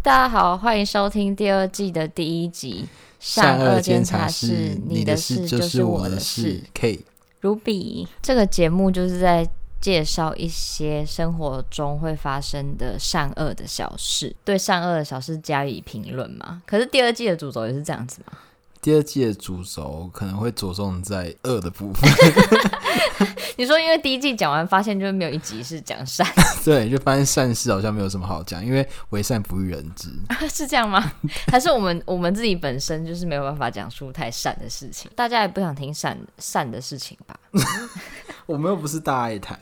大家好，欢迎收听第二季的第一集《室，你的事就是我的事》。 K， Ruby 这个节目就是在介绍一些生活中会发生的善恶的小事，对善恶的小事加以评论嘛。可是第二季的主轴也是这样子嘛，第二季的主轴可能会着重在恶的部分， 你说因为第一季讲完，发现就是没有一集是讲善，对，就发现善事好像没有什么好讲，因为为善不欲人知。 是这样吗？还是我们我们自己本身就是没有办法讲述太善的事情，大家也不想听善善的事情吧？我们又不是大爱台。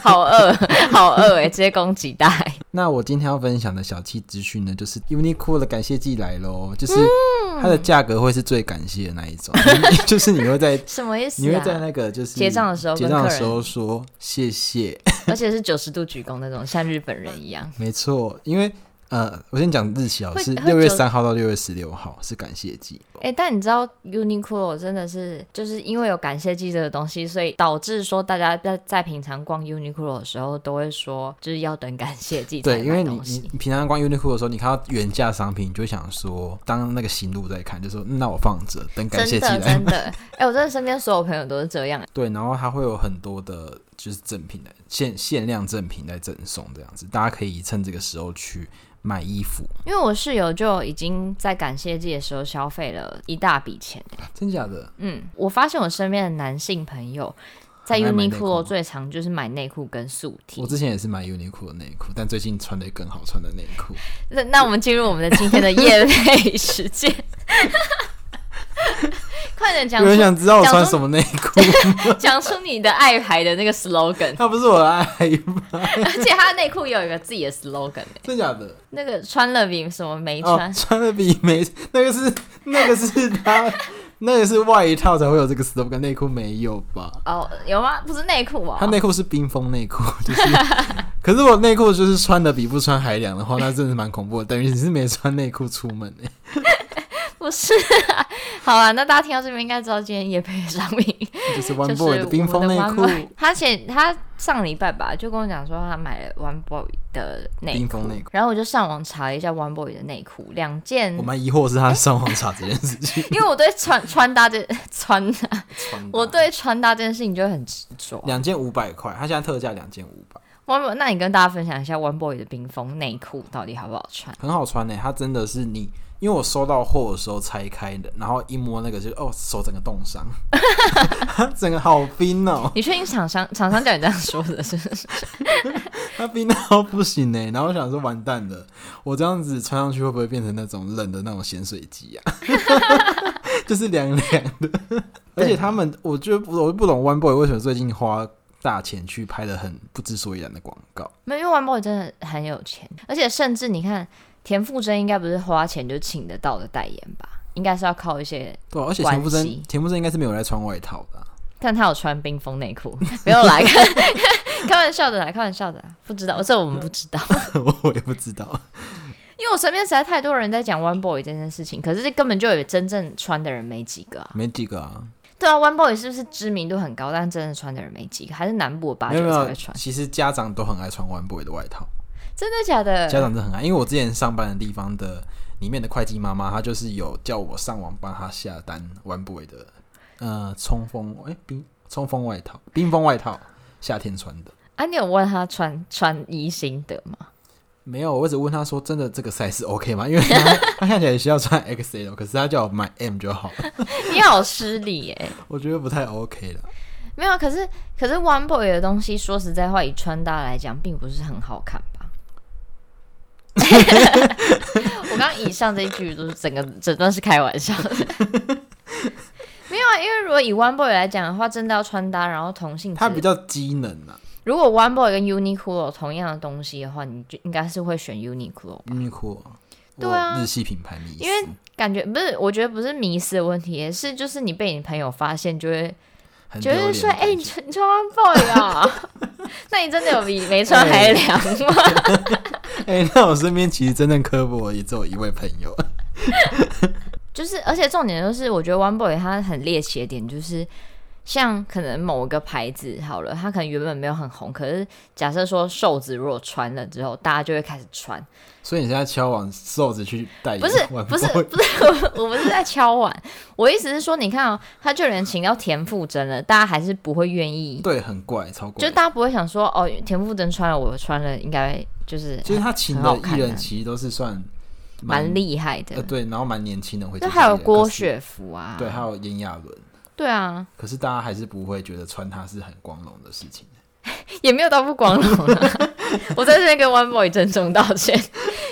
好饿，好饿哎，直接攻击大海。那我今天要分享的小七资讯呢，就是 Uniqlo 的感谢季来喽，就是嗯它的价格会是最感谢的那一 种， 就是你会在。什么意思、啊？你会在那个就是结账的时候跟结账的客人时候说谢谢，而且是九十度鞠躬那种，像日本人一样。没错，因为呃，我先讲日期哦，会是会六月久三号到六月十六号是感谢季，哦哎、但你知道 Uniqlo 真的是就是因为有感谢季这个东西，所以导致说大家在在平常逛 Uniqlo 的时候都会说，就是要等感谢季才对，因买为你东你西。你平常逛 Uniqlo 的时候，你看到原价商品，你就会想说，当那个行路在看，就说、嗯那我放着，等感谢真季的来真买。的，哎、我真的身边所有朋友都是这样。对，然后它会有很多的，就是赠品的限限量赠品在赠送这样子，大家可以趁这个时候去买衣服，因为我室友就已经在感谢季的时候消费了一大笔钱。真假的？嗯，我发现我身边的男性朋友在很爱买内 Uniqlo 裤最常就是买内裤跟素 T 我。之前也是买 Uniqlo 的内裤，但最近穿了更好穿的内裤。那那我们进入我们的今天的夜配时间， 快点讲有人出想知道我讲穿出什么内裤？ 讲出你的爱牌的那个 slogan，它不是我的爱吗？而且他的内裤也有一个自己的 slogan 欸真假的？那个穿了比什么没穿哦，，穿的比没那个是那个是他那个是外套才会有这个 slogan，内裤没有吧？哦有吗？不是内裤哦，他内裤是冰封内 裤，就是。可是我内裤就是穿的比不穿还凉的话，那真的是蛮恐怖的，等于你是没穿内裤出门、欸、不是、 啊。好啊，那大家听到这边应该知道今天夜配的商品 就就是 One 是 Boy 的冰封内我裤的，One Boy 他前他上礼拜吧就跟我讲说他买了 One Boy 的内冰裤，封内裤。然后我就上网查了一下 One Boy 的内裤，两件，我。蛮疑惑是他上网查这件事情因为我对穿穿搭这 穿搭，穿的 我对穿搭这件事情就会很执着。嗯两件五百块，他现在特价两件五百， One，那你跟大家分享一下 One Boy 的冰封内裤到底好不好穿？很好穿呢、欸。它真的是你，因为我收到货的时候拆开的，然后一摸那个就哦，手整个冻伤， 整个好冰哦、你确定厂商厂商叫你这样说的是不是？ 它冰到不行呢、然后我想说完蛋了，我这样子穿上去会不会变成那种冷的那种咸水鸡啊？ 就是凉凉的，而且他们，我就不，我就不懂 One Boy 为什么最近花大钱去拍了很不知所以然的广告。没有，因为 One Boy 真的很有钱，而且甚至你看田馥甄应该不是花钱就请得到的代言吧？应该是要靠一些，对啊、而且田馥关甄系，田馥甄应该是没有在穿外套的啊、但他有穿冰封内裤， 没有来看，开玩笑的啦，开玩笑的啦，不知道，这我们不知道。啊 我也不知道。 因为我身边实在太多人在讲 One Boy 这件事情，可是根本就有真正穿的人没几个啊。没几个啊，对啊，One Boy 是不是知名度很高，但真正穿的人没几个，还是南部的八没有九没才有会。穿？其实家长都很爱穿 One Boy 的外套，真的假的？家长真的很爱。因为我之前上班的地方的里面的会计妈妈，她就是有叫我上网帮她下单 One Boy 的呃冲锋哎冰冲锋外套、冰封外套，夏天穿的。啊，你有问他穿穿一心得吗？ 没有，我只问她说：“真的这个 size OK 吗？”因为她她看起来需要穿 XL，可是她叫我买 M 就好 了，你好失礼耶、我觉得不太 OK 了。没有，啊可是可是 One Boy 的东西，说实在话，以穿搭来讲，并不是很好看吧。我刚刚以上这一句都是整个整段是开玩笑的，没有啊，因为如果以 One Boy 来讲的话，真的要穿搭，然后同性质它比较机能啊如果 One Boy 跟 Uniqlo 同样的东西的话，你就应该是会选 Uniqlo， ，Uniqlo，对啊我有日系品牌迷思，因为感觉不是，我觉得不是迷失的问题，也是就是你被你朋友发现就会很就丢是脸说，的哎、感你觉穿你穿 One Boy 啊？那你真的有比没穿还凉吗？ 哎、那我身边其实真正刻薄的也只有一位朋友，就是，而且重点就是，我觉得 One Boy 他很猎奇的点就是，像可能某一个牌子好了，它可能原本没有很红，可是假设说瘦子如果穿了之后，大家就会开始穿。所以你现在敲碗瘦子去代言，不是晚不是会不是，我我不是在 敲碗，我意思是说，你看哦，他就连请到田馥甄了，大家还是不会愿意，对，很怪，超就怪。大家不会想说哦，田馥甄穿了，我穿了应该就是其实他请很好的看艺啊人其实都是算蛮厉害的呃，。对，然后蛮年轻的会就做这些还人。有郭可是，雪芙啊，对，还有炎亚纶，对啊，可是大家还是不会觉得穿它是很光荣的事情。也没有到不光荣啊。 我在这边跟 One Boy 郑重道歉，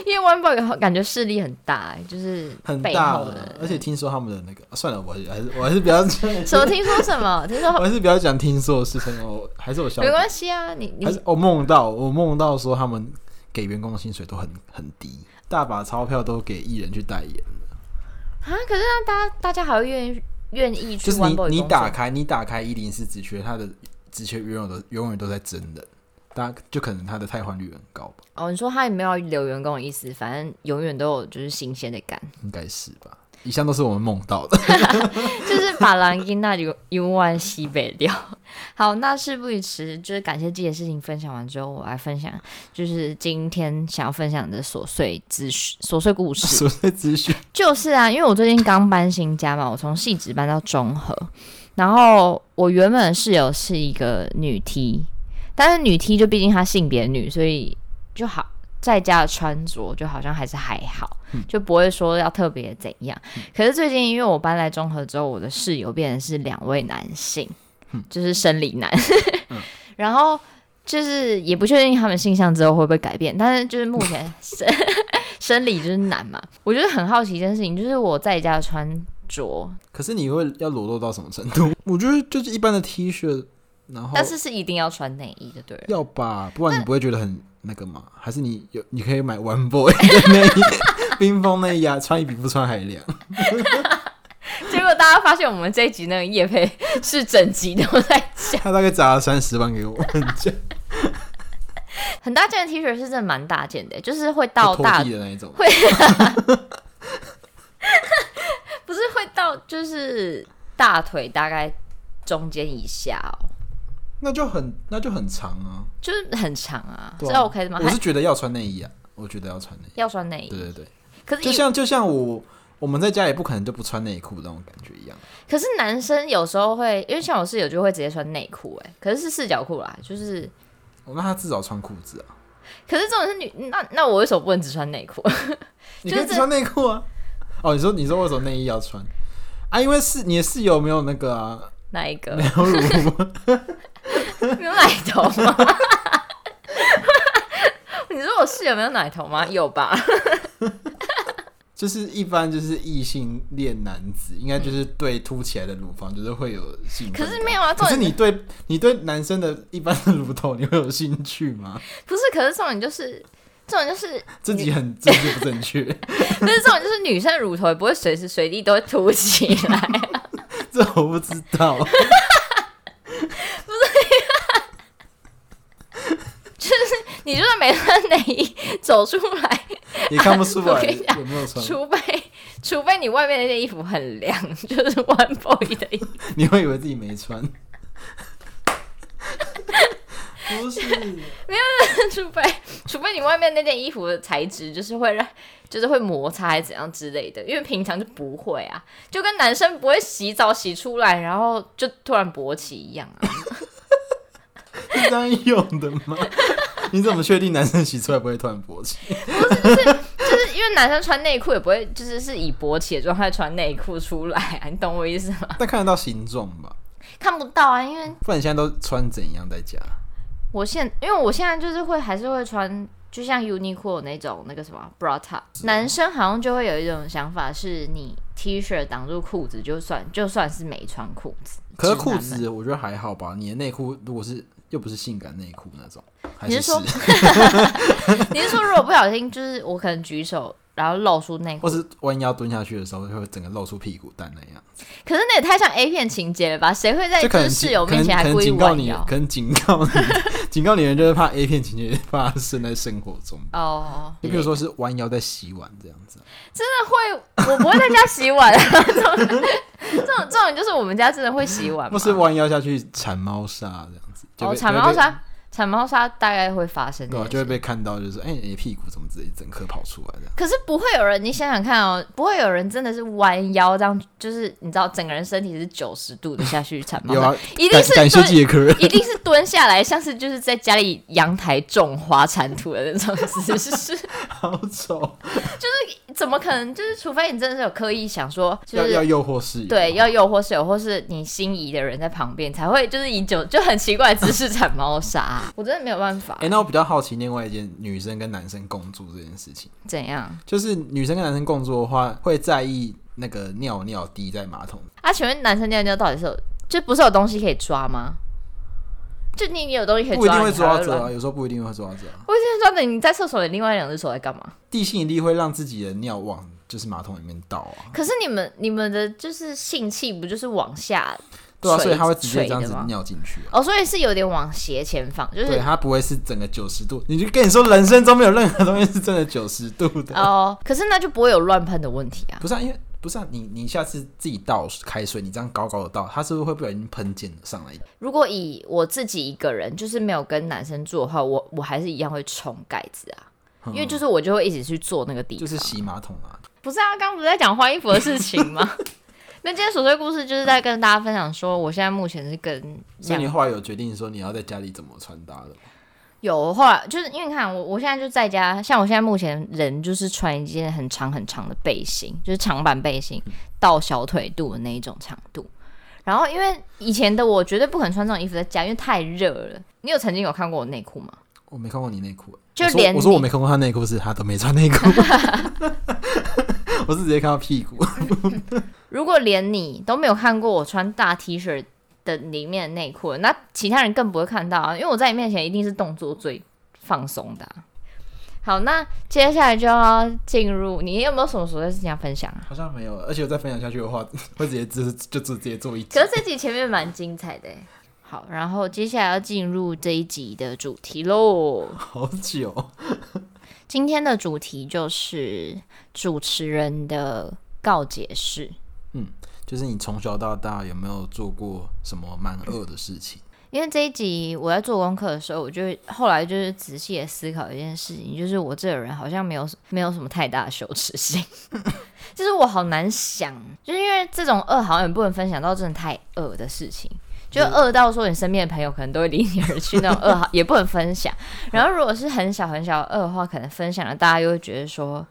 因为 One Boy 感觉势力很大、欸就是很背大啊后了的。，而且听说他们的那个，啊算了，我还是我还是不要讲，什么听说什么？听我说还是不要讲听说的事情哦，还是我小没，关系啊，你你还是我哦梦到我梦到说他们给员工的薪水都很很低，大把钞票都给艺人去代言，啊，可是让大家大家还会愿意愿意去就是 One 你 Boy 你工作打开你打开一零四职缺，他的职缺永远都永远都在真人，大家就可能他的汰换率很高吧，哦，你说他也没有要留员工的意思，反正永远都有就是新鲜的感，应该是吧。以上都是我们梦到的，就是把兰金那里 U 万西北掉。 好，那事不宜迟，就是感谢自己的事情分享完之后，我来分享就是今天想要分享的琐碎资讯、琐碎故事。所以资讯就是啊，因为我最近刚搬新家嘛，我从细职搬到中和，然后我原本的室友是一个女 T，但是女 T 就毕竟她性别女，所以就好在家的穿着就好像还是还好，就不会说要特别怎样。可是最近因为我搬来中和之后，我的室友变成是两位男性，就是生理男， 然后。就是也不确定他们性向之后会不会改变，但是就是目前生生理就是难嘛，我就是很好奇一件事情，就是我在家的穿着， 可是你会要裸露到什么程度？我觉得就是一般的 T 恤，然后但是是一定要穿内衣就对了。 要吧，不然你不会觉得很那个嘛？还是你有你可以买 One Boy 的内衣，冰封内衣啊，穿一比不穿还 凉。结果大家发现我们这一集那个叶配是整集都在 讲，他大概砸了三十万给 我，很大件的 T 恤是真的蛮大件的，就是会到就拖大地，的那一种。不是会到就是大腿大概中间以下哦，那就很那就很长啊，就是很长啊，对是啊 OK 的吗？我还哎是觉得要穿内衣啊，我觉得要穿内衣。要穿内衣？对对对，可是就你像就像我我们在家也不可能就不穿内裤那种感觉一样。可是男生有时候会，因为像我室友就会直接穿内裤，哎，可是是四角裤啦，就是。哦那他至少穿裤子啊，可是这种是女，那那我为什么不能只穿内裤？你就可是以只穿内裤啊。哦，你说你说为什么内衣要穿啊？因为是你的室友没有那个啊，哪一个？没有乳吗？ 没有奶头吗？ 你说我室友没有奶头吗？有吧？就是一般就是异性恋男子，应该就是对凸起来的乳房就是会有兴奋可感。是没有啊，重可是点你对你对男生的一般的乳头，你会有兴趣吗？不是，可是重点就是。重点就是，自己很政治不正确， 但是重点就是女生乳头也不会随时随地都会凸起来， 这我不知道。你就算没穿内衣走出来， 也看不出 我来跟你讲有没有穿，除非除非你外面那件衣服很凉，就是 One Boy 的衣服。你会以为自己没穿。 不是， 除非除非你外面那件衣服的材质就是会让就是会摩擦还是怎样之类的，因为平常就不会啊，就跟男生不会洗澡洗出来然后就突然勃起一样啊。是这样用的吗？ 你怎么确定男生洗出来不会突然勃起？ 就是因为男生穿内裤也不会，就是是以勃起的状态穿内裤出来啊，你懂我意思吗？但看得到形状吧？看不到啊，因为不然你现在都穿怎样在家？我现因为我现在就是会还是会穿，就像 Uniqlo 那种那个什么 bra top，男生好像就会有一种想法是你 T 恤挡住裤子就算就算是没穿裤子，可是直裤男们子我觉得还好吧，你的内裤如果是又不是性感内裤那种，还你是是 说 你是说如果不小心，就是我可能举手然后露出内裤，或是弯腰蹲下去的时候，就会整个露出屁股蛋那样，可是那也太像 A 片情节了吧？谁会在就可就能是室友面前可还能故可能意警告弯你啊 腰，？可能警告你，警告你们就是怕 A 片情节发生在生活中，哦，就比如说是弯腰在洗碗这样子。啊真的会，我不会在家洗碗、啊。 这种这种这种就是我们家真的会洗碗或嘛，是弯腰下去铲猫砂这样子，就哦，被铲就会猫被砂，铲猫砂大概会发生这对、啊，件就会事。被看到，就是哎、你屁股怎么直接整颗跑出来这样？可是不会有人，你想想看哦，不会有人真的是弯腰这样，就是你知道整个人身体是九十度的下去铲猫有砂，啊，一定感是感谢蹲，杰克，一定是蹲下来，像是就是在家里阳台种花铲土的那种姿势，好丑，怎么可能？就是除非你真的是有刻意想说，就要要是。诱惑室友，啊对，要诱惑室友，或是你心仪的人在旁边，才会就是以九就很奇怪的姿势铲猫砂，我真的没有办法哎、。那我比较好奇另外一件女生跟男生共住这件事情，怎样就是女生跟男生共住的话，会在意那个尿尿滴在马桶，啊？请问男生尿尿到底是有，就不是有东西可以抓吗？就你你有东西可以不一抓，定会你才抓会着乱啊，有时候不一定会抓着啊。我现在抓着你在厕所里另外两只手在干嘛？地心引力会让自己的尿往就是马桶里面倒啊，可是你们你们的就是性器不就是往下对啊，垂所以它会直接垂这样的子吗尿进去啊。哦，所以是有点往斜前放，就是对，它不会是整个九十度，你就跟你说人生中没有任何东西是真的九十度的。哦，可是那就不会有乱喷的问题啊。不是啊，因为不是啊，你你下次自己倒开水，你这样高高的倒，它是不是会不小心喷溅上来？如果以我自己一个人，就是没有跟男生住的话，我我还是一样会冲盖子啊，因为就是我就会一直去做那个地方。就是洗马桶啊，不是啊，刚刚不是在讲换衣服的事情吗？ 那今天琐碎故事就是在跟大家分享说，我现在目前是 跟所以两你后来有决定说你要在家里怎么穿搭的吗？有后来就是因为你看我，我现在就在家，像我现在目前人就是穿一件很长很长的背心，就是长版背心到小腿肚的那一种长度。然后因为以前的我绝对不可能穿这种衣服在家，因为太热了。你有曾经有看过我内裤吗？我没看过你内裤，啊就我说连我说你我没看过他内裤，是他都没 穿内裤，我是直接看到屁股。 如果连你都没有看过我穿大 T 恤的里面的内裤了，那其他人更不会看到啊，因为我在你面前一定是动作最放松的啊、好，那接下来就要进入，你有没有什么琐碎事情要分享啊？好像没有，而且我再分享下去的话，会直接就是就直接做一集可。是这集前面蛮精彩的欸。好，然后接下来要进入这一集的主题喽。好久，哦今天的主题就是主持人的告解式， 就是你从小到大有没有做过什么蛮恶的事情？因为这一集我在做功课的时候，我就后来就是仔细的思考一件事情，就是我这个人好像没有没有什么太大的羞耻心， 就是我好难想，就是因为这种恶好像也不能分享到真的太恶的事情。就恶到说你身边的朋友可能都会离你而去那种恶，好也不能分享。然后如果是很小很小的恶的话，可能分享了大家又会觉得说，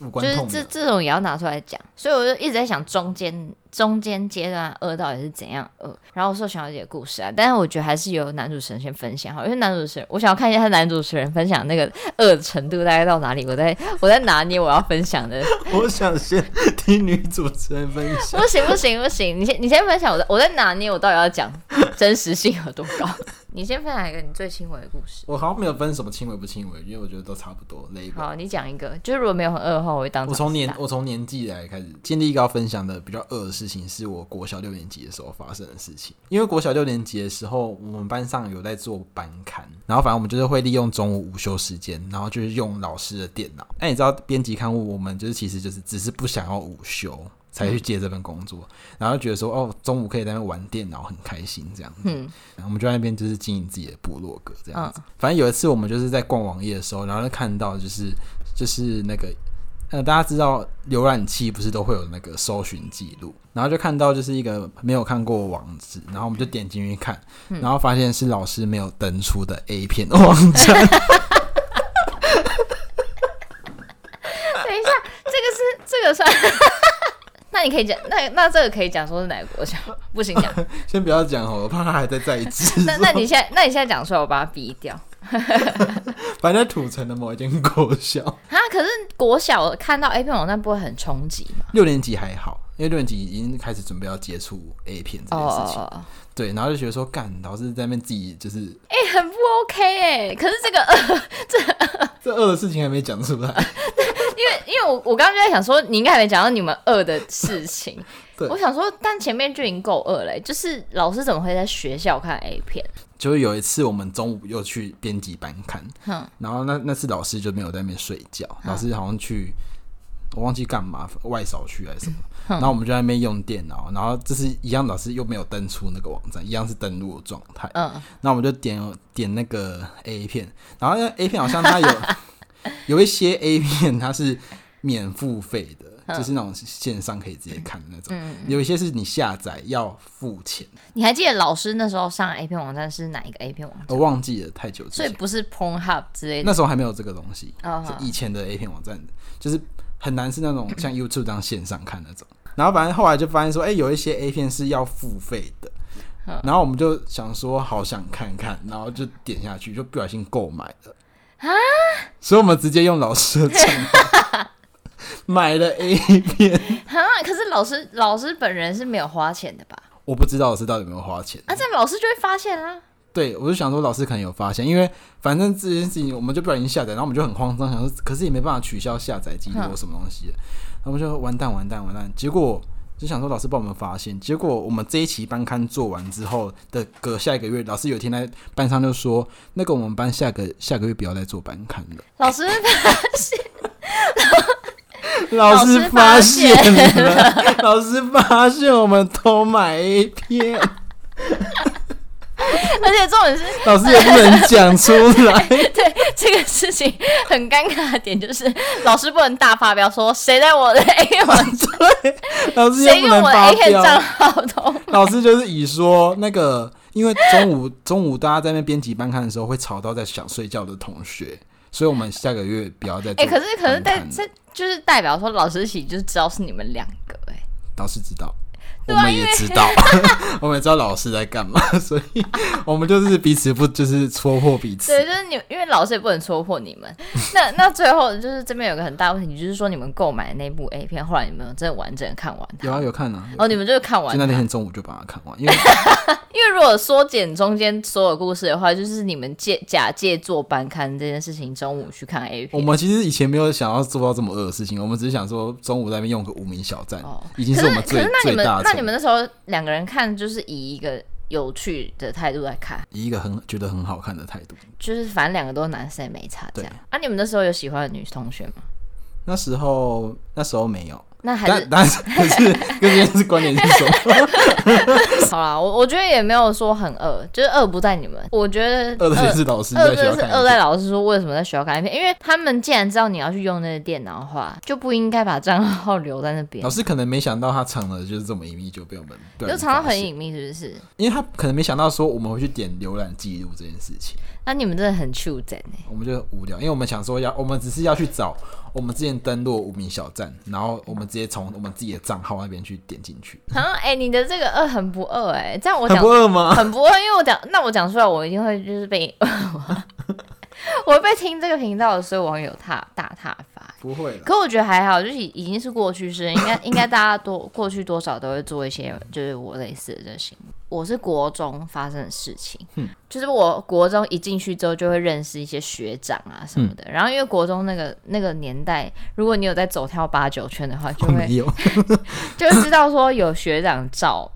无就关是痛这痒。这种也要拿出来讲，所以我就一直在想中间中间阶段恶到底是怎样恶。然后我说想要姐的故事啊，但是我觉得还是由男主持人先分享好，因为男主持人我想要看一下他男主持人分享那个恶的程度大概到哪里，我在我在拿捏我要分享的。 我想先听女主持人分享。不行不行不行，你先你先分享我的，我在拿捏我到底要讲真实性有多高。 你先分享一个你最轻微的故事。我好像没有分什么轻微不轻微，因为我觉得都差不多类吧。好，你讲一个，就是如果没有很恶的话，我会当场我从年死打我从年纪来开始，建立一个要分享的比较恶的事情，是我国小六年级的时候发生的事情。因为国小六年级的时候，我们班上有在做班刊，然后反正我们就是会利用中午午休时间，然后就是用老师的电脑。那你知道编辑刊物，我们就是其实就是只是不想要午休。才嗯去接这份工作，然后觉得说哦，中午可以在那边玩电脑，很开心这样子。嗯然后我们就在那边就是经营自己的部落格这样嗯子。反正有一次我们就是在逛网页的时候，然后就看到就是就是那个呃，大家知道浏览器不是都会有那个搜寻记录，然后就看到就是一个没有看过网址，然后我们就点进去看，嗯然后发现是老师没有登出的 A 片网 站，等一下，这个是这个算。 那你可以讲，那那这个可以讲说是哪个国家？ 不行 讲。先不要讲哦，我怕他还在在职，那那你现在，那你现在讲出来，我把它逼掉。反正在土城的某一间国小，啊，可是国小看到 A 片网站不会很冲击吗？六年级还好，因为六年级已经开始准备要接触 A 片这哦件事哦情，哦哦，对，然后就觉得说干，老师在那边自己就是哎、很不 OK 哎、可是这个，呃、这恶的事情还没讲出来， 因为因为我我刚刚就在想说，你应该还没讲到你们恶的事情 。对我想说，但前面就已经够恶了欸、就是老师怎么会在学校看 A 片？就是有一次我们中午又去编辑班看，哼，然后那那次老师就没有在那边睡觉，老师好像去。我忘记干嘛，外扫去还是什么，然后我们就在那边用电脑，然后这是一样，老师又没有登出那个网站，一样是登录的状态，嗯，那我们就点点那个 A 片，然后那 A 片好像它有 有一些 A 片它是免付费的，就是那种线上可以直接看的那嗯种，有一些是你下载要付钱，你还记得老师那时候上 A 片网站是哪一个 A 片网站？我忘记了太久之所以前，不是 Pornhub 之类的哦那时候还没有这个东西，哦是以前的 A 片网站，就是很难是那种像 YouTube 这样线上看那种。然后反正后来就发现说，哎、有一些 A 片是要付费的，然后我们就想说好想看看，然后就点下去，就不小心购买了啊，所以我们直接用老师的账号 买了 A 片，哈，可是老师老师本人是没有花钱的吧？我不知道老师到底有没有花钱。啊，这样老师就会发现啊。对，我就想说老师可能有发现，因为反正这件事情我们就不小心下载，然后我们就很慌张，想说可是也没办法取消下载记录哼或什么东西的，然后我们就完蛋完蛋完蛋，结果。就想说老师帮我们发现，结果我们这一期班刊做完之后的隔下一个月，老师有一天在班上就说，那个我们班下个下个月不要再做班刊了。老师， 老师师发发 现了，老师发现我们偷买 A 片，而且重点是老师也不能讲出来。这个事情很尴尬的点就是，老师不能大发飙说谁在我的 A 片网站，老师谁也不用我哎的能发 A 片飙。账号都 老师就是以说那个，因为中午中午大家在那编辑班看的时候，会吵到在想睡觉的同学，所以我们下个月不要再做哎、班刊可了。是可是但这就是代表说老师其实就知道是你们两个哎、老师知道，我对啊们也知道， 我们也知道老师在干嘛，所以我们就是彼此不就是戳破彼此。对，就是你，因为老师也不能戳破你们。 那那最后就是这边有个很大问题，就是说你们购买的那部 A 片，后来你们有真的完整地看完它？有啊，有看啊，有哦，你们就是看完就它那，天中午就把它看完，因为因为如果缩减中间所有故事的话，就是你们借假借做班刊这件事情，中午去看 A 我片。们其实以前没有想要做到这么恶的事情，我们只是想说中午在那边用个无名小站，哦已经可是我们可最是那最你们大那的你成们那时候两个人看，就是以一个有趣的态度来看，以一个很觉得很好看的态度。就是反正两个都是男生也没差这样。啊，你们那时候有喜欢的女同学吗？那时候那时候没有。那还但是但是可是跟这件事关联是 什么？好啦，我我觉得也没有说很恶，就是恶不在你们，我觉得二的也恶是老师二在真学校的是看二的代老师说为什么在学校看 A 片？因为他们既然知道你要去用那个电脑的话，就不应该把账号留在那边老，师可能没想到他藏了就是这么隐秘，就被我们对就藏到很，隐秘，是不是？因为他可能没想到说我们会去点浏览记录这件事情，那你们真的欸很 c h o 呢？我们就很无聊，因为我们想说要我们只是要去找我们之前登录无名小站，然后我们直接从我们自己的账号那边去点进去，好像哎，你的这个恶很不恶哎、这样我很讲不饿吗？很不恶，因为我讲那我讲出来，我一定会就是被， 我会被听这个频道的所有网友踏大踏伐。 不会了，可我觉得还好，就是已已经是过去式， 应该应该大家多过去多少都会做一些，就是我类似的这行为。我是国中发生的事情，就是我国中一进去之后就会认识一些学长啊什么的，然后因为国中那个那个年代，如果你有在走跳八九圈的话，就我会没有， 就会知道说有学长 照，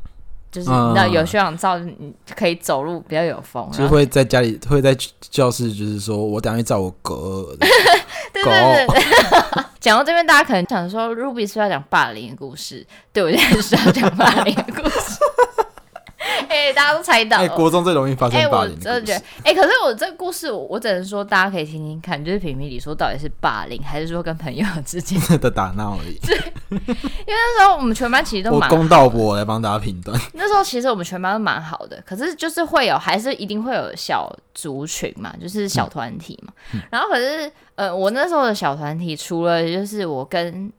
就是你知道嗯有学长照，你可以走路比较有风，就然是后会在家里会在教室，就是说我等下去找我哥， 对对对对。讲到这边，大家可能想说，Ruby 是不是要讲霸凌的故事，对我现在是要讲霸凌的故 事。哎、大家都猜到哎，了。国中最容易发哎、生霸我凌真的的故觉得事，，哎、可是我这个故事我，我只能说大家可以听听看，就是评评理说到底是霸凌，还是说跟朋友之 间？的打闹而已。那时候我们全班其实都我蛮公道博来帮大家评断。那时候其实我们全班都蛮好的，可是就是会有，还是一定会有小族群嘛，就是小团体嘛。然后可是呃，我那时候的小团体除了就是我跟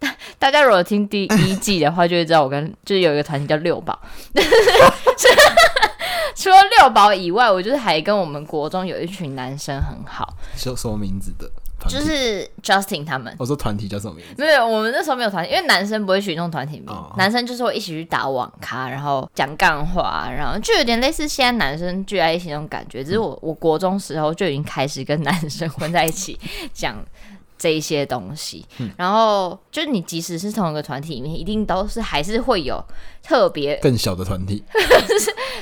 大大家如果听第一季的话，就会知道我跟就是有一个团体叫六宝， 除了六宝以外，我就是还跟我们国中有一群男生很好，叫什么名字的团体？就是 Justin 他们。我说团体叫什么名字？没有，我们那时候没有团体，因为男生不会取那种团体名，哦男生就是会一起去打网咖，然后讲干话，啊然后就有点类似现在男生聚在一 起那种感觉。只是我我国中时候就已经开始跟男生混在一起讲这一些东西。然后就你即使是同一个团体里面，一定都是还是会有特别，更小的团体，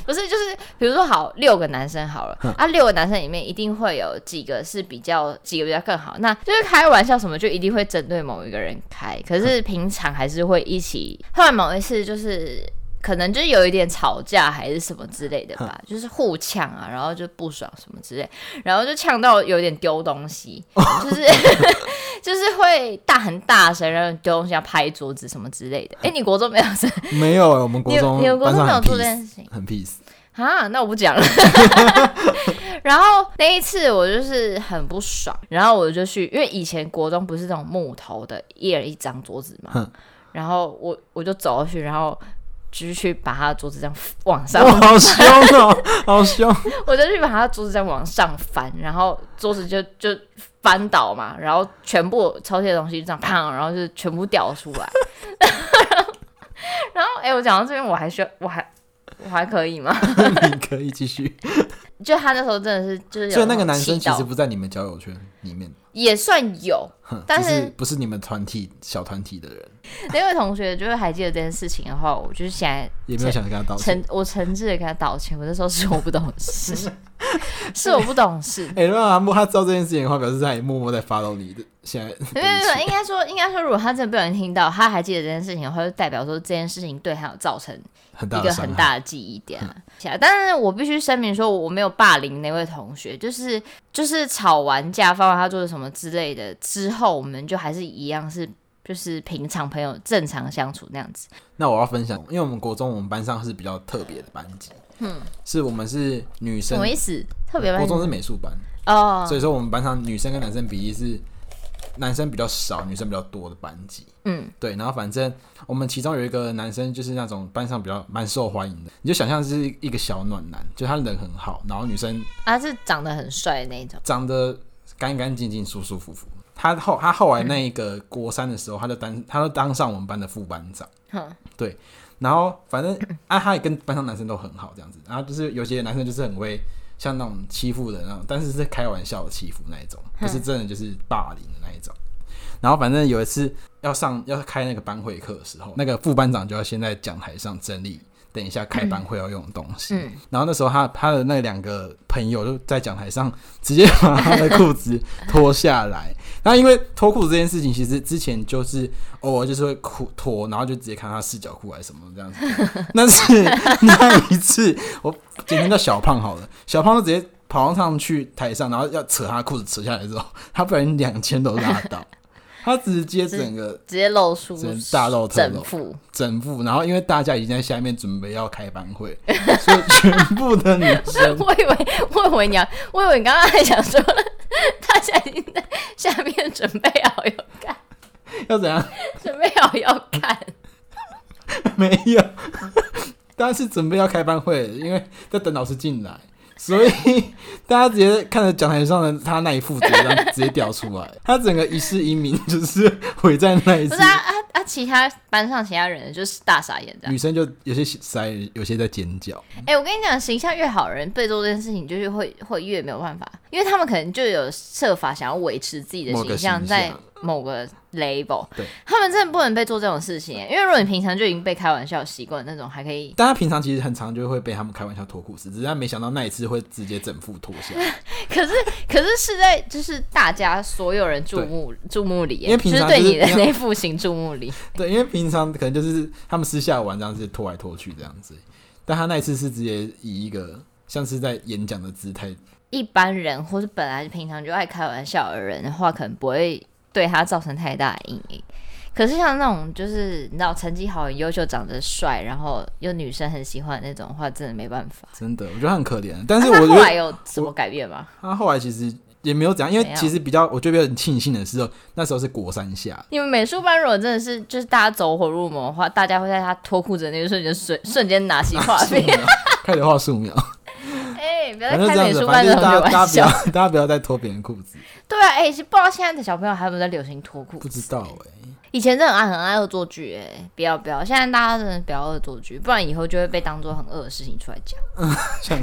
不是就是比如说好六个男生好了，啊六个男生里面一定会有几个是比较几个比较更好，那就是开玩笑什么就一定会针对某一个人开，可是平常还是会一起。后来某一次就是。可能就是有一点吵架还是什么之类的吧，就是互呛啊，然后就不爽什么之类，然后就呛到有点丢东 西，就是 就是会大很大声，然后丢东西要拍桌子什么之类的。哎、你国中没有这，没有欸我们国你中你们国班中上没有很做这件 peace，事情？很 peace，啊，那我不讲了。然后那一次我就是很不爽，然后我就去，因为以前国中不是这种木头的，一人一张桌子嘛哼，然后我我就走过去，然后。就是去把他的桌子这样往上，哇，好凶哦，好凶，我就去把他的桌子这样往上翻，然后桌子就就翻倒嘛，然后全部抽屉的东西就这样砰，然后就全部掉出来。 然后，哎、我讲到这边，我还需要，我还我还可以吗？哦 你可以继续。就他那时候真的是，就是有所以那个种男生气其到实不在你们交友圈里面，也算有，哼但只是是不是你们团体小团体的人，那位同学就是还记得这件事情的话，我就是现 在也没有想跟他道歉。诚我诚挚的跟他道歉，我那时候是我不懂 事，是我不懂事。哎，如果他他知道这件事情的话，表示他也默默在 follow 你的现在的一没有没有，没切。有应该说应该说，如果他真的被人听到，他还记得这件事情的话，就代表说这件事情对他有造成很大一的个伤很害。大的记忆点、啊。但是我必须声明说，我没有霸凌那位同学，就是就是吵完架、放完他做的什么之类的之后，我们就还是一样是就是平常朋友正常相处那样子。那我要分享，因为我们国中我们班上是比较特别的班级，嗯，是我们是女什生么，意思？特别国班中是美术班，哦，所以说我们班上女生跟男生比例是男生比较少，女生比较多的班级。嗯，对，然后反正我们其中有一个男生就是那种班上比较蛮受欢迎的，你就想象是一个小暖男，就他人很好，然后女生他啊是长得很帅的那一种，长得干干净净、舒舒服服。他后他后来那一个国三的时候，他就当他就当上我们班的副班长。哼，对，然后反正 啊，他也跟班上男生都很好这样子，然后就是有些男生就是很会像那种欺负人那种，但是是开玩笑的欺负那一种，不是真的就是霸凌的那一种。然后反正有一次要上要开那个班会课的时候，那个副班长就要先在讲台上整理。等一下开班会要用的东西，嗯然后那时候他他的那两个朋友就在讲台上直接把他的裤子脱下来，然后因为脱裤子这件事情，其实之前就是偶尔就是会裤脱，然后就直接看他四角裤还是什么这样子。 但是那一次，我简称叫小胖好了，小胖就直接跑上去台上，然后要扯他裤子扯下来之后，他不然两千都拉倒，他直接整个直接露出整大露特露整副，整副，然后因为大家已经在下面准备要开班会，所以全部的女生 我以为我以为你要，我以为你刚刚还想说 大家已经在下面准备好要看，要怎样？准备好要看， 没有，大家是准备要开班会，因为在等老师进来，所以 大家直接看着讲台上的他那一副直接这样直接掉出来， 他整个一世英名就是毁在那一不次是。啊啊啊！其他班上其他人就是大傻眼这样。女生就有些塞，有些在尖叫。哎、我跟你讲，形象越好的人被做这件事情，就是会会越没有办法，因为他们可能就有设法想要维持自己的某个形象形在象啊某个 label，对他们真的不能被做这种事情，欸因为如果你平常就已经被开玩笑习惯那种，还可以。 大家平常其实很常就会被他们开玩笑脱裤子，只是他没想到那一次会直接整副脱下来。 可是可是是在就是大家所有人注目注目礼耶，因为平就是常对就是你的你要那副型注目礼，对，因为平常可能就是他们私下玩这样子拖来拖去这样子，但他那一次是直接以一个像是在演讲的姿态一般人或是本来就平常就爱开玩笑的人的话，可能不会对他造成太大的阴影。可是像那种就是你知道成绩好、很优秀、长得帅，然后又女生很喜欢的那种的话，真的没办法。真的，我觉得他很可怜。但是那我他觉后得来有什么改变吗？他后来其实也没有怎样，因没为有其实比较，我觉得比较很庆幸的是，那时候是国三下，你们美术班如果真的是就是大家走火入魔的话，大家会在 他脱裤子的那一瞬间瞬瞬间拿起画笔，开始画素描，啊哎、你不要反再正开这样美子，啊术反班正的大家大玩家不要笑。大家不要再脱别人裤子，对啊，哎、不知道现在的小朋友还有没有在流行脱裤不子？知道哎、以前真的很爱很爱恶作剧，哎，不要不要，现在大家真的不要恶作剧，不然以后就会被当做很恶的事情出来 讲，像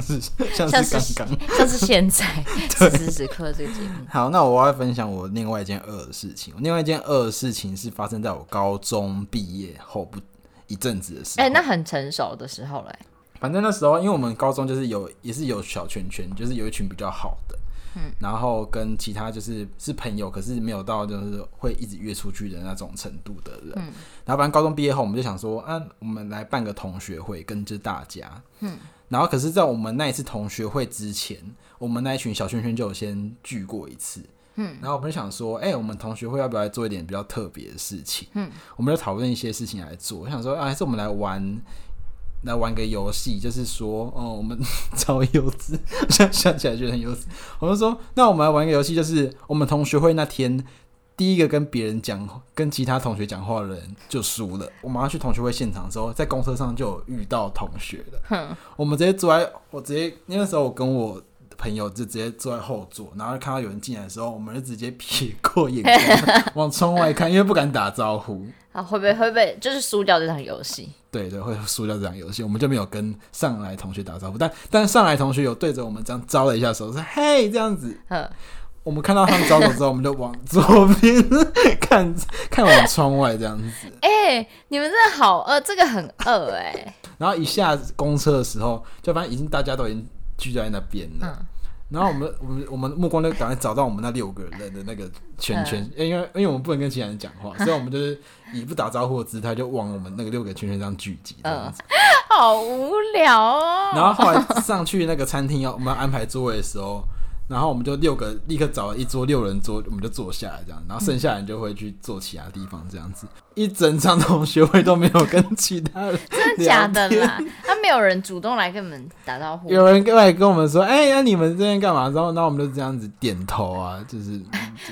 是像像是刚刚。像是现在此时此刻这个节目。好，那我要分享我另外一件恶的事情。我另外一件恶的事情是发生在我高中毕业后不一阵子的事。哎、那很成熟的时候嘞，反正那时候，因为我们高中就是有也是有小圈圈，就是有一群比较好的，嗯，然后跟其他就是是朋友，可是没有到就是会一直约出去的那种程度的人。嗯、然后反正高中毕业后，我们就想说，啊，我们来办个同学会，跟着大家，嗯。然后可是，在我们那一次同学会之前，我们那一群小圈圈就有先聚过一次。嗯，然后我们就想说，哎、我们同学会要不要来做一点比较特别的事情？嗯，我们就讨论一些事情来做。我想说，啊，还是我们来玩来玩个游戏， 就是说，哦，我们 超幼稚， 我现在想起来觉得很幼稚。我就说，那我们来玩个游戏，就是我们同学会那天，第一个跟别人讲，跟其他同学讲话的人就输了。我马上去同学会现场的时候，在公车上就有遇到同学了。我们直接坐在，我直接那时候我跟我。朋友就直接坐在后座，然后看到有人进来的时候，我们就直接撇过眼光往窗外看，因为不敢打招呼。啊，会不会会不会就是输掉这场游戏？对对，会输掉这场游戏，我们就没有跟上来同学打招呼，但但上来同学有对着我们这样招了一下手，说“嘿”这样子。嗯，我们看到他们招手之后，我们就往左边 看，看往窗外这样子。哎、你们真的好恶，这个很恶哎、然后一下公车的时候，就发现已经大家都已经聚在那边了。然后我们我们我们目光就赶快找到我们那六个人的那个圈圈，因为因为我们不能跟其他人讲话，所以我们就是以不打招呼的姿态就往我们那个六个圈圈这样聚集这样子。 好无聊哦。然后后来上去那个餐厅要我们要安排座位的时候，然后我们就六个立刻找了一桌六人桌，我们就坐下来这样，然后剩下人就会去坐其他地方这样子。一整场同学会都没有跟其他人真的假的聊天？啦？他没有人主动来跟你们打招呼，有人过来跟我们说：“哎、那你们这边干嘛？”然后，那我们就这样子点头啊，就是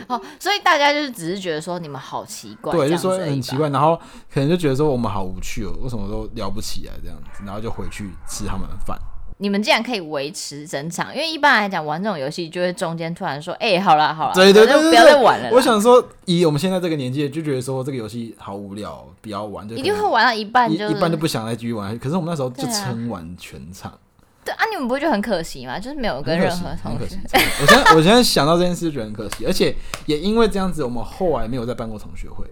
哦，所以大家就是只是觉得说你们好奇怪，这对，就样子说而已很吧奇。怪，然后可能就觉得说我们好无趣哦，为什么都聊不起来这样子，然后就回去吃他们的饭。你们竟然可以维持整场，因为一般来讲玩这种游戏就会中间突然说，哎、好啦好啦，对对反正对对，不要对再玩了啦。我想说，以我们现在这个年纪，就觉得说这个游戏好无聊哦，不要玩，就一定可会能玩到一半一就一般就不想再继续玩下去。可是我们那时候就对啊撑完全场，对啊，你们不会觉得很可惜吗？就是没有啊跟很可任惜何很同可学惜。真的我现在我 现在想到这件事，觉得很可惜，而且也因为这样子，我们后来没有再办过同学会。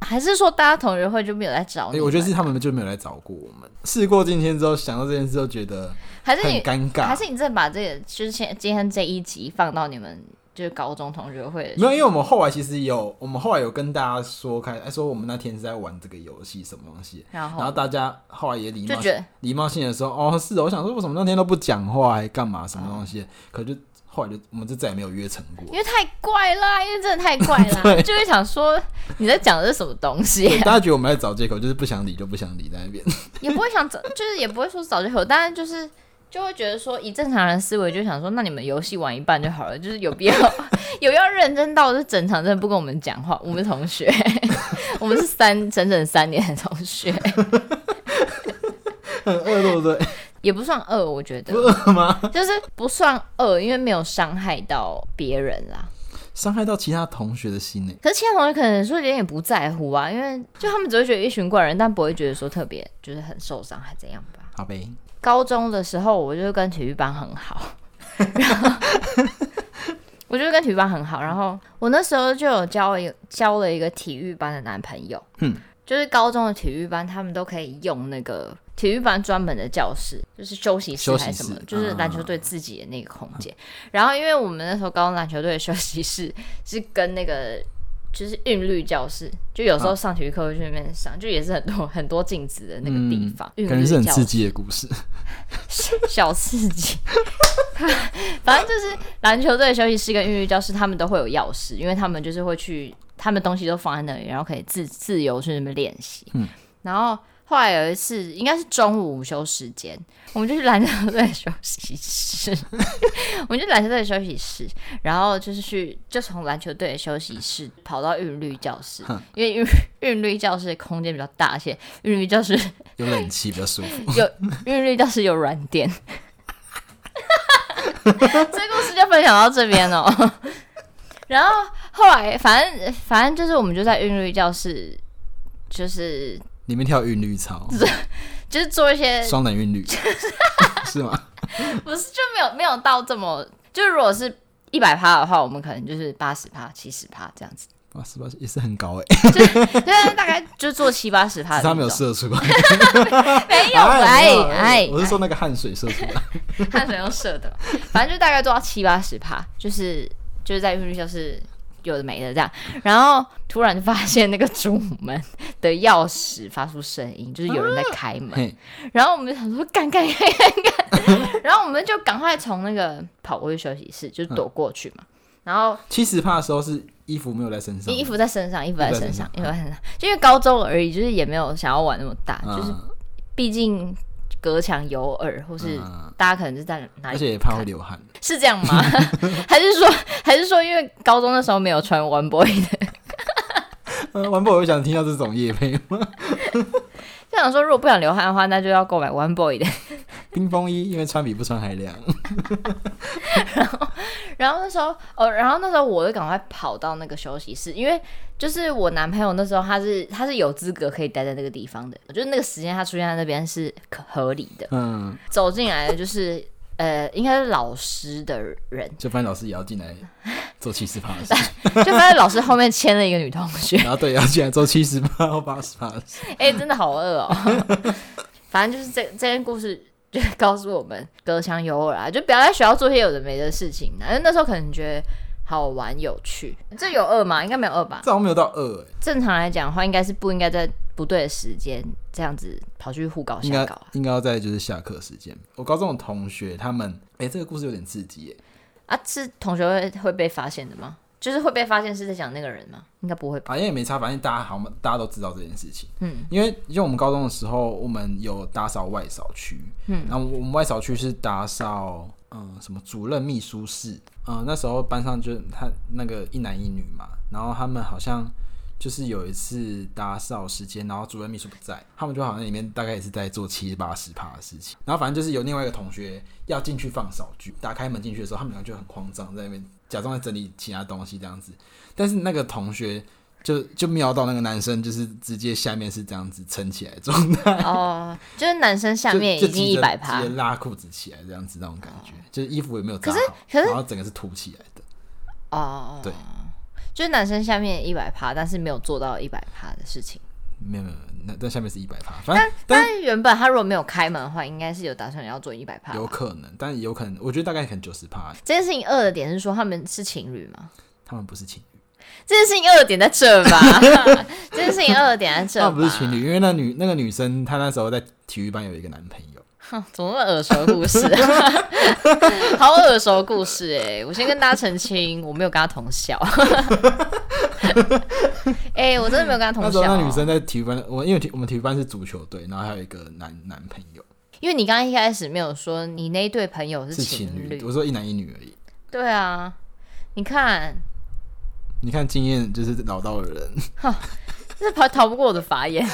还是说大家同学会就没有来找哎、你们？我觉得是他们就没有来找过我们。事过境迁之后，想到这件事，就觉得还是很你尴还尬。是你真的把这个就是现今天这一集放到你们就是高中同学会的没有，因为我们后来其实有，我们后来有跟大家说开，哎，说我们那天是在玩这个游戏什么东西，然然后后大家后来也礼哦就貌觉得礼貌性的说，哦，是哦，我想说为什么那天都不讲话，还干嘛什么东西？可就后来就我们就再也没有约成过因。为太怪啦，因为真的太怪啦， 对就会想说你在讲的是什么东西、大家觉得我们在找借口，就是不想理就不想理在那 边。也不会想找，就是也不会说找借口，但是就是就会觉得说，以正常人思维就想说，那你们游戏玩一半就好了，就是有必要有要认真到就是整场真的不跟我们讲话，我们是同学， 我们是三整整三年的同学，很恶，对不对？也不算恶，我觉得不恶吗？就是不算恶，因为没有伤害到别人啦。伤害到其他同学的心呢？可是其他同学可能说有点也不在乎啊，因为就他们只会觉得一群怪人，但不会觉得说特别就是很受伤还怎样吧。好呗，高中的时候，我就跟体育班很好，然 后我就跟体育班很好，然后我那时候就有交一交了一个体育班的男朋友，嗯，就是高中的体育班，他们都可以用那个体育班专门的教室，就是休息室休息还是什么室，嗯就是篮球队自己的那个空间。然后因为我们那时候高中篮球队的休息室是跟那个。就是韵律教室，就有时嗯候上体育课会去那边上，就也是很多很多镜子的那个地方。韵感律觉嗯是很教室刺激的故事。小刺激。 反正就是篮球队的休息室跟运动教室，他们都会有钥匙，因为他们就是会去，他们东西都放在那里，然后可以自自由去那边练习。嗯然后后来有一次，应该是中午午休时间，我们就去篮球队的休息室， 我们就篮球队的休息室，然后就是去，就从篮球队的休息室跑到韵律教室，因为韵韵律教室的空间比较大些，韵律教室有冷气比较舒服。有韵律教室有软垫， 这个故事就分享到这边哦。然后后来，反正反正就是我们就在韵律教室，就是里面跳韵 律操，就是做一些双人 韵律，是吗？不是就没有没有到这么，就如果是一百趴的话，我们可能就是八十趴、七十趴这样子，哇，是吧？也是很高哎、对，大概就做七八十趴的只是他那没有种。射出来， 没有， 哎哎没有哎，我是说那个汗水射出来，哎汗水用射的，反正就大概做到七八十趴，就是就是在韵律教室有的没的这样。然后突然发现那个主门的钥匙发出声音，就是有人在开门。嘿，然后我们就想说干干干干干，然后我们就赶快从那个跑过去休息室，就躲过去嘛。然后七十帕的时候是衣服没有在身上，衣服在身上，衣服在身上，衣衣服在身上，就因为高中而已，就是也没有想要玩那么大，嗯，啊就是毕竟隔墙有耳，或是嗯大家可能是在哪而里且也怕会流汗，是这样吗？ 还是说还是说因为高中那时候没有穿 One Boy 的， 呃， 玩不我想听到这种夜配 吗？就想说如果不想流汗的话，那就要购买 One Boy 的。 冰风衣因为穿比不穿还凉，然后那时候，哦，然后那时候我就赶快跑到那个休息室，因为就是我男朋友那时候他是他是有资格可以待在那个地方的，就是那个时间他出现在那边是可合理的。嗯，走进来的就是呃，应该是老师的人，就反正老师也要进来做七十帕的事，就发现老师后面牵了一个女同学，然后对，也要进来做七十帕或八十帕的事，哎、真的好饿哦。 反正就是这这件故事。就告诉我们隔墙有耳啊，就不要在学校做些有的没的事情啊。因为那时候可能觉得好玩有趣，这有饿吗？应该没有饿吧？这好像没有到二、欸，正常来讲的话，应该是不应该在不对的时间这样子跑去互搞应瞎该搞啊应该要在就是下课时间。我高中的同学他们，哎、这个故事有点刺激欸耶、啊！是同学会会被发现的吗？就是会被发现是在讲那个人吗？应该不会 吧？好啊像也没差，反正大家好像大家都知道这件事情。嗯，因为因为我们高中的时候，我们有打扫外扫区，嗯，然后我们外扫区是打扫，嗯、什么主任秘书室，嗯、那时候班上就他那个一男一女嘛，然后他们好像。就是有一次打扫时间，然后主任秘书不在，他们就好像里面大概也是在做七八十趴的事情。然后反正就是有另外一个同学要进去放扫具，打开门进去的时候，他们两个就很慌张，在那边假装在整理其他东西这样子。但是那个同学就就瞄到那个男生，就是直接下面是这样子撑起来的 状态，哦，就是男生下就面就已经急一着百趴哦直接拉裤子起来这样子那种感觉，就是衣服也没有可扎是好，可是然后整个是凸起来的，哦，对，就是男生下面一百趴，但是没有做到一百趴的事情。没有没有，那但下面是一百趴，反正但但原本他如果没有开门的话，应该是有打算要做一百趴。有可能，但有可能，我觉得大概可能九十趴，这件事情恶的点是说他们是情侣吗？他们不是情侣，这件事情恶的点在这吧？ 这件事情恶的点在这他吧？们不是情侣，因为那女那个女生她那时候在体育班有一个男朋友，哼， 怎么那么耳熟的故事、啊？ 好耳熟的故事哎、我先跟大家澄清，我没有跟他同 校。哎、我真的没有跟他同那时校候哦、那女生在体育班，我因为体我们体育班是足球队，然后还有一个男男朋友因为你刚刚一开始没有说你那一对朋友是是情情侣，我说一男一女而已。对啊，你看你看经验就是老道的人，这逃逃不过我的法 眼、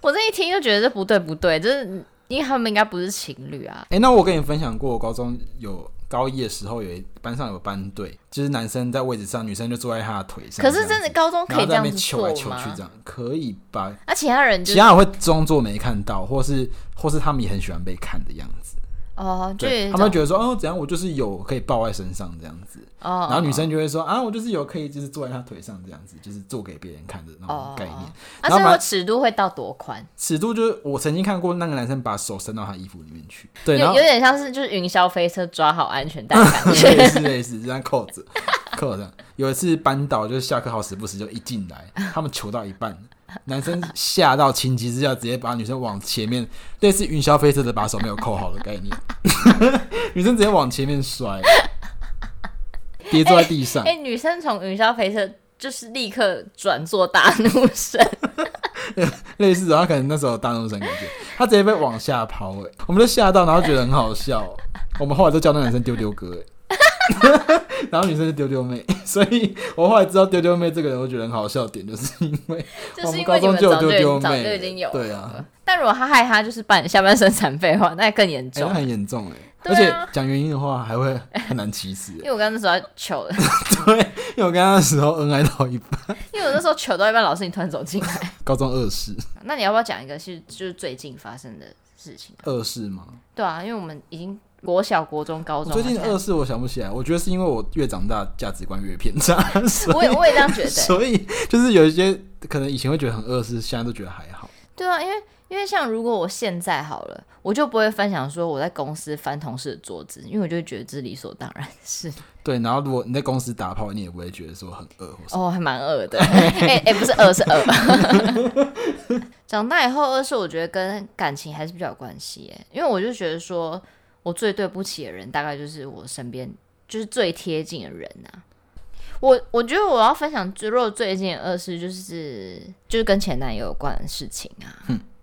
我这一听就觉得这不对不对，就是因为他们应该不是情侣啊。哎、那我跟你分享过，我高中有高一的时候有一班上有班队，就是男生在位置上，女生就坐在他的腿上。可是真的高中啊这可以这样样子，然后在那边子求做来求去这吗？样，可以吧？那、其他人就其他人会装作没看到，或是或是他们也很喜欢被看的样子，哦，就对，他们会觉得说，哦，怎样，我就是有可以抱在身上这样子，哦，然后女生就会说，啊，我就是有可以就是坐在他腿上这样子，就是做给别人看的那种概念。哦啊，然后这把个尺度会到多宽？尺度就是我曾经看过那个男生把手伸到他衣服里面去，对，有然后有点像是就是云霄飞车抓好安全带的 感觉。类似类似，这样扣子 扣着。有一次班导就是下课好时不时就一进来，他们求到一半，男生吓到情急之下直接把女生往前面，类似云霄飞车的把手没有扣好的概念， 女生直接往前面摔，跌坐在地上。哎、女生从云霄飞车就是立刻转做大怒 神，类似的，他可能那时候有大怒神感觉，他直接被往下抛，哎，我们就吓到，然后觉得很好笑，哦我们后来都叫那男生丢丢哥，哎， 然后女生是丢丢妹，所以我后来知道丢丢妹这个人，我觉得很好笑的点，就是因为就我是们因高为你中们就早有就已丢丢经早就妹，已经有了对啊，但如果他害他就是半下半身残废的话，那更严哎重。那很严重哎，而对且啊，讲原因的话还会很难启齿欸因。为我刚刚那时候在糗的， 对，因为我刚刚的时候恩爱到一半，因为我那时候糗到一半，老师你突然走进来，高中二试，那你要不要讲一个是就是最近发生的事情啊？二试吗？对啊，因为我们已经国小、国中、高我中，最近的好像二试我想不起来，我觉得是因为我越长大价值观越偏差，所我也以我也这样觉得、欸 所以就是有一些可能以前会觉得很二试，现在都觉得还好。 对啊，因为因为像如果我现在好了，我就不会分享说我在公司翻同事的桌子，因为我就会觉得这是理所当然的事。对，然后如果你在公司打炮，你也不会觉得说很饿或什么。哦，还蛮恶的，哎、哎、不是恶是恶。 长大以后，二是我觉得跟感情还是比较有关系，哎，因为我就觉得说我最对不起的人，大概就是我身边就是最贴近的人啊。我我觉得我要分享最如果最近的二是就是就是跟前男友有关的事情啊，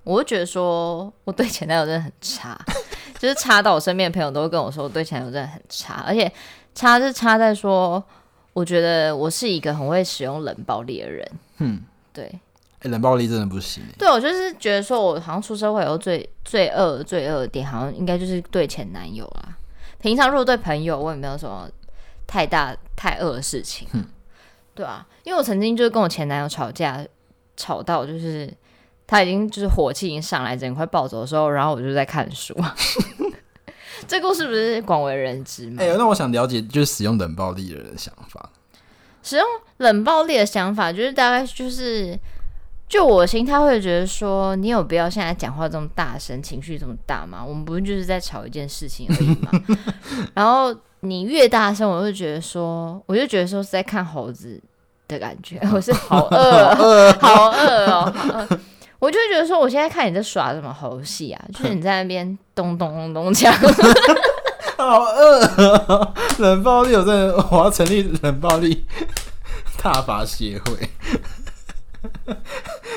我会觉得说我对前男友真的很差，就是差到我身边的朋友都会跟我说我对前男友真的很差，而且差是差在说我觉得我是一个很会使用冷暴力的人。嗯，对，哎、冷暴力真的不行、欸。对我就是觉得说，我好像出社会以后最最恶最恶的点，好像应该就是对前男友啦。平常如果对朋友，我也没有什么太大太恶的事情。对啊，因为我曾经就是跟我前男友吵架，吵到就是他已经就是火气已经上来，整个快暴走的时候，然后我就在看书。 这故事不是广为人知吗？哎、那我想了解就是使用冷暴力的人的想法。冷暴力的想法，就是大概就是，就我心态会觉得说，你有必要现在讲话这么大声，情绪这么大吗？我们不是就是在吵一件事情而已吗？ 然后你越大声，我就觉得说，我就觉得说是在看猴子的感 觉，我是好饿哦， 好饿哦，好饿。我就会觉得说，我现在看你在耍什么猴戏啊？就是你在那边咚咚咚咚讲， 好饿、哦，冷暴力，我真的我要成立冷暴 力踏伐协会。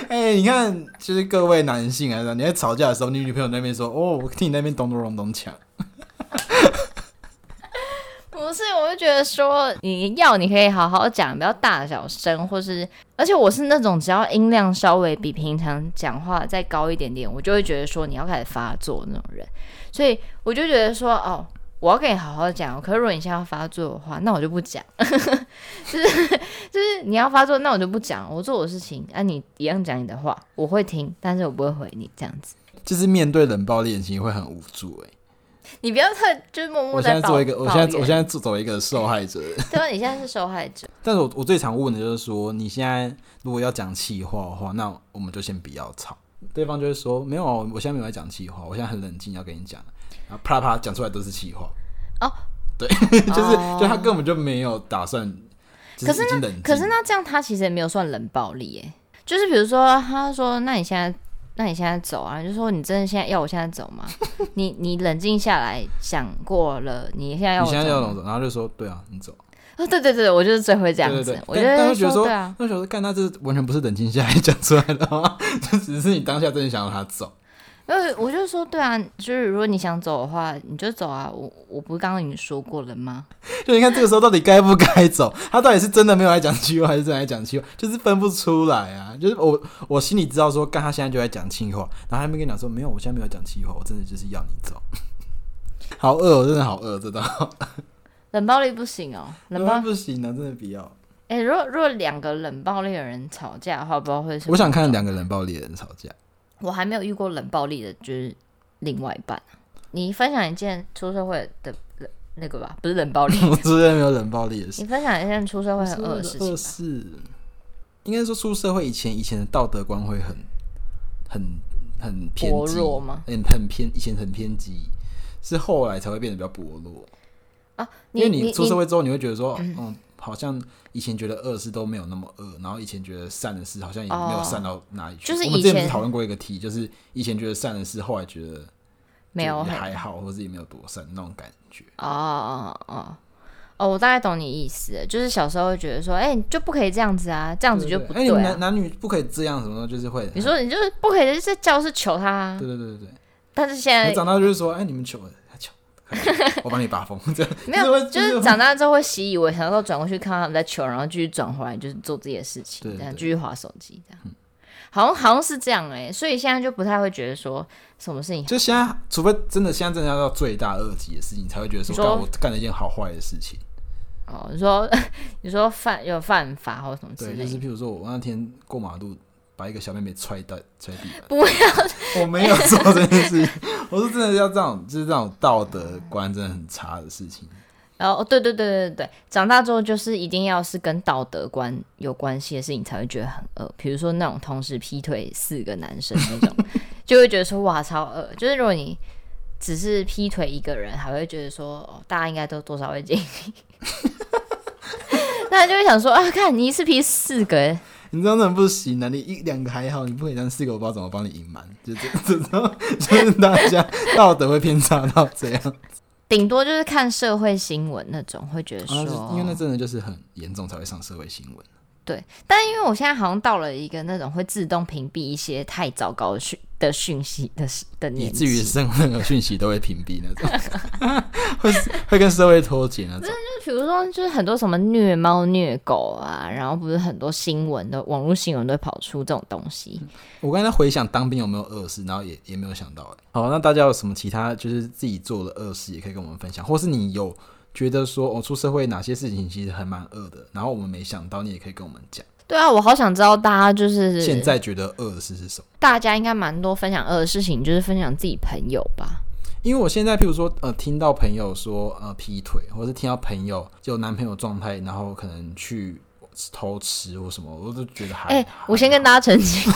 哎、你看，就是各位男性啊，你在吵架的时候，你女朋友那边说：“哦，我听你那边咚咚咚咚锵。不是，我就觉得说，你要你可以好好讲，不要大小声，或是，而且我是那种只要音量稍微比平常讲话再高一点点，我就会觉得说你要开始发作那种人，所以我就觉得说，哦，我要跟你好好讲，可是如果你现在要发作的话，那我就不讲， 就是就是你要发作，那我就不讲，我做我的事情，啊，你一样讲你的话，我会听，但是我不会回你这样子，”就是面对冷暴力，你其实会很无助、哎，你不要特就是默默我现在在抱做一怨。个，我现在我现在作为一个受害者。对啊，你现在是受害者，但是我我最常问的就是说，你现在如果要讲气话的话，那我们就先不要吵。对方就会说：“没有啊，我现在没有在讲气话，我现在很冷静，要跟你讲。”然后啪啦啪啦讲出来都是气话。哦，对， 就是、哦就他根本就没有打算，就可是已经冷静。可是那这样他其实也没有算冷暴力耶，就是比如说他说：“那你现在，那你现在走啊？”你就说：“你真的现在要我现在走 吗？”你你冷静下来想过了，你现在要你我现在走要吗？怎么走？然后就说：“对啊，你走。哦，对对对，我就是最会这对”样对子，对我但就但会就觉得说：“说，对啊，那时候干，那这完全不是冷静下来讲出来的 吗？这只是你当下真的想要他走。因为我就说对啊，就是如果你想走的话，你就走啊。我我不是刚刚已经说过了吗？ 就你看这个时候到底该不该走？他到底是真的没有来讲气话，还是真的来讲气话？就是分不出来啊！就是我我心里知道说，干他现在就在讲气话，然后他没跟你讲说没有，我现在没有讲气话，我真的就是要你走。 好饿，我真的好饿，真的好饿。冷暴力不行哦，冷暴不行啊，真的不要。哎、如果如果两个冷暴力的人吵架的话，不知道会是我想看两个冷暴力的人吵架。，我还没有遇过冷暴力的，就是另外一半。啊你分享一件出社会的那个吧，不是冷暴力我之前没有冷暴力的事，你分享一件出社会很恶的事情二吧。是应该说出社会以前，以前的道德观会很很很偏薄激弱吗很很偏，以前很偏激，是后来才会变得比较薄弱。啊，因为你你出社会之后，你会觉得说，嗯，好像以前觉得恶事都没有那么恶，然后以前觉得善的事好像也没有善到哪里去。就是我们以之前不前是讨论过一个题，就是以前觉得善的事，后来觉得没有就也很还好，或者也没有多善那种感觉。哦哦哦哦，我大概懂你意思了，就是小时候会觉得说，哎、你就不可以这样子啊，这样子就不哎，你对们啊男。男女不可以这样，什么的，就是会。你说你就是不可以在教室求他、啊对，对对对对。但是现在我长大就是说，哎，你们求他求，我帮你把风，这样没有，会就是长大之后会习以为常，然后转过去看到他们在球，然后继续转回来，就是做自己的事情，对这样对继续划手机这样。好像好像是这样哎、所以现在就不太会觉得说什么事情。就现在，除非真的现在真的要到罪大恶极的事情，才会觉得说，你说干我干了一件好坏的事情。哦，你说 你说犯有犯法或什么之对，类就是的，譬如说我那天过马路，把一个小妹妹踹到踹地板，不要我没有做这件事情，我说真的要这种，就是这种道德观真的很差的事情。然后、哦对对对对对，长大之后就是一定要是跟道德观有关系的事情才会觉得很恶，比如说那种同时劈腿四个男生那 种，就会觉得说哇超恶。就是如果你只是劈腿一个人，还会觉得说哦大家应该都多少会经历， 那就会想说啊，看你一次劈四个欸，你这样真的不行啊！你一两个还好，你不可以让四个我不知道怎么帮你隐瞒，就这这种， 就是大家道德会偏差到这样。顶多就是看社会新闻那种，会觉得说、啊，因为那真的就是很严重才会上社会新闻。但因为我现在好像到了一个那种会自动屏蔽一些太糟糕的讯的讯息的时的以年至于纪，任何任何讯息都会屏蔽那种， 会会跟社会脱节那种。就是比如说，就是很多什么虐猫虐狗啊，然后不是很多新闻的网络新闻都会跑出这种东西。我刚才回想当兵有没有恶事，然后也也没有想到、欸。好，那大家有什么其他就是自己做的恶事，也可以跟我们分享，或是你有觉得说我、哦、出社会哪些事情其实还蛮恶的，然后我们没想到，你也可以跟我们讲。对啊，我好想知道大家就是现在觉得恶的事是什么？大家应该蛮多分享恶的事情，就是分享自己朋友吧。因为我现在，譬如说，呃，听到朋友说呃劈腿，或是听到朋友有男朋友状态，然后可能去偷吃或什么，我都觉得还。哦哎、我先跟大家澄 清，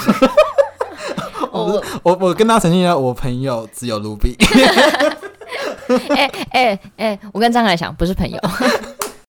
我我我跟他澄清一下，我朋友只有卢比。哎哎哎，我跟张凯想不是朋友，